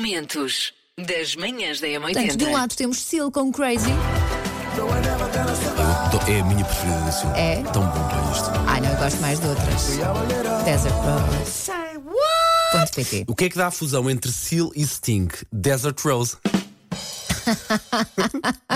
Momentos das manhãs da Portanto, de um M80. lado temos Seal com Crazy. To- É a minha preferida da Silva. É? Tão bom para isto. Ah, não, eu gosto mais de outras. Desert Rose. Ponto PT. O que é que dá a fusão entre Seal e Sting? Desert Rose.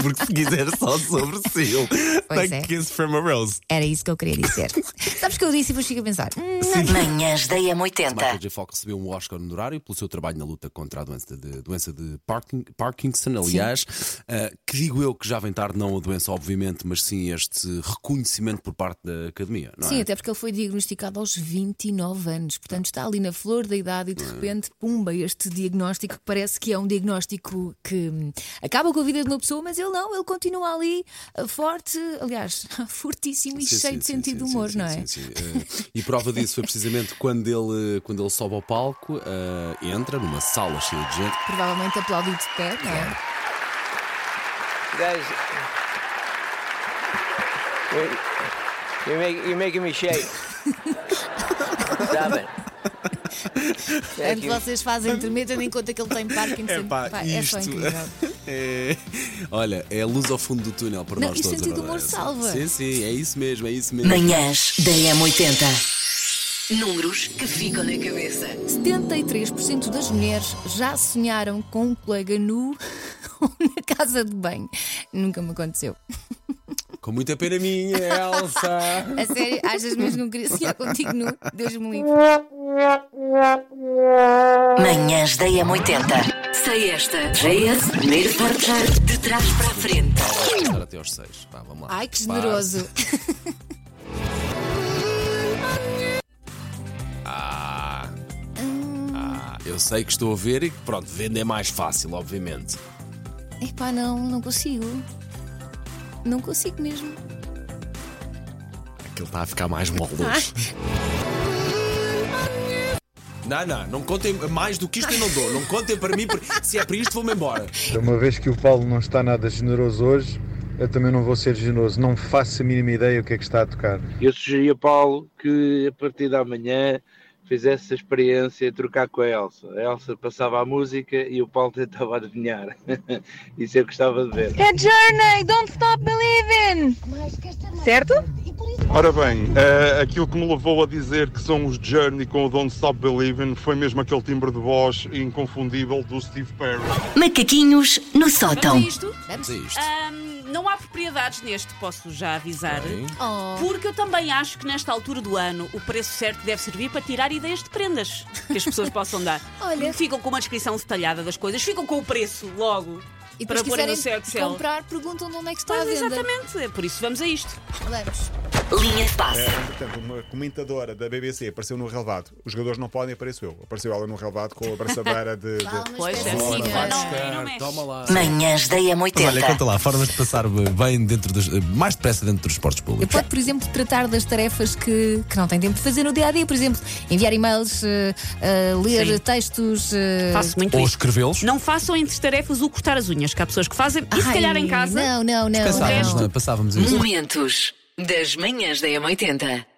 Porque se quiser só sobre Seal, Pois tem é. Kiss from a Rose. Era isso que eu queria dizer. Sabes que eu disse e vos fico a pensar. hum, Manhãs da Michael M80. J. Fox recebeu um Oscar honorário pelo seu trabalho na luta contra a doença de, doença de Parkin- Parkinson, aliás, ah, que digo eu que já vem tarde, não a doença, obviamente, mas sim este reconhecimento por parte da academia, não é? Sim, até porque ele foi diagnosticado aos 29 anos, portanto está ali na flor da idade e Hum. de repente, pumba, este diagnóstico que parece que é um diagnóstico que hum, acaba com a vida de uma pessoa, mas ele não, ele continua ali ah, forte, aliás, fortíssimo e Sim, cheio sim, de sim, sentido de sim, humor, sim, não é? sim, sim, sim. Eh, E prova disso foi precisamente quando ele, eh, quando ele sobe ao palco, eh, entra numa sala cheia de gente. Provavelmente aplaudido de pé, não é? Guys, you're, you're, make, you're making me shake. Stop it. Thank Portanto, you. É vocês fazem intermédio, tendo em conta que ele tem Parkinson. um- Epá, Pá, é só isto- incrível. É, olha, é a luz ao fundo do túnel para Não, nós e todos. a sentido do humor verdade é essa. salva. Sim, sim, é isso mesmo, é isso mesmo. Manhãs da M80. Números que ficam na cabeça. 73% das mulheres já sonharam com um colega nu na casa de banho. Nunca me aconteceu. Com muita pena minha, Elsa. A sério, achas mesmo que não queria sonhar contigo nu? Deus me livre. Manhãs da M80. Sei esta. JS, primeiro portar de trás para a frente. Vamos passar até aos seis. Vá, vamos lá. Ai, que Passa. generoso. Ah. Ah, eu sei que estou a ver e que, pronto, vender é mais fácil, obviamente. Epá, não, não consigo. Não consigo mesmo. Aquilo está a ficar mais mole hoje. Não, não, não contem mais do que isto eu não dou. Não contem para mim, porque se é para isto vou-me embora. Uma vez que o Paulo não está nada generoso hoje, eu também não vou ser generoso. Não faço a mínima ideia o que é que está a tocar. Eu sugeri a Paulo que a partir da manhã fizesse a experiência de trocar com a Elsa. A Elsa passava a música e o Paulo tentava adivinhar. Isso eu gostava de ver. Cat É Journey, Don't Stop Believing! Certo? Ora bem, eh, aquilo que me levou a dizer que são os Journey com o Don't Stop Believin' foi mesmo aquele timbre de voz inconfundível do Steve Perry. Macaquinhos no sótão. Vamos a isto. Ahm, não há propriedades neste, posso já avisar. Bem, Oh, Porque eu também acho que nesta altura do ano o preço certo deve servir para tirar ideias de prendas que as pessoas possam dar. Olha. Ficam com uma descrição detalhada das coisas, ficam com o preço logo e depois para pôr no quiserem seu Excel. comprar, perguntam de onde é que está Pois, a venda. exatamente, é por isso vamos a isto. Vamos. Linha de passe. É, Portanto, uma comentadora da BBC apareceu no relevado. Os jogadores não podem, apareceu eu. Apareceu ela no relevado com a braçadeira de. de- Palmas Pois, para é a assim, senhora. não é? Não mexe. toma lá. Manhãs da M80. lá, formas de passar bem dentro dos. mais depressa dentro dos esportes Eu públicos. pode, por exemplo, tratar das tarefas que, que não tem tempo de fazer no dia a dia, por exemplo, enviar e-mails, eh, eh, ler Sim. textos. eh, Faço muito Ou isto. escrevê-los. Não façam entre tarefas o cortar as unhas, que há pessoas que fazem, e se ai, calhar em casa. Não, não, não. é? Descansar. não. resto- Passávamos, não é? Passávamos isso. Momentos das manhãs da M80.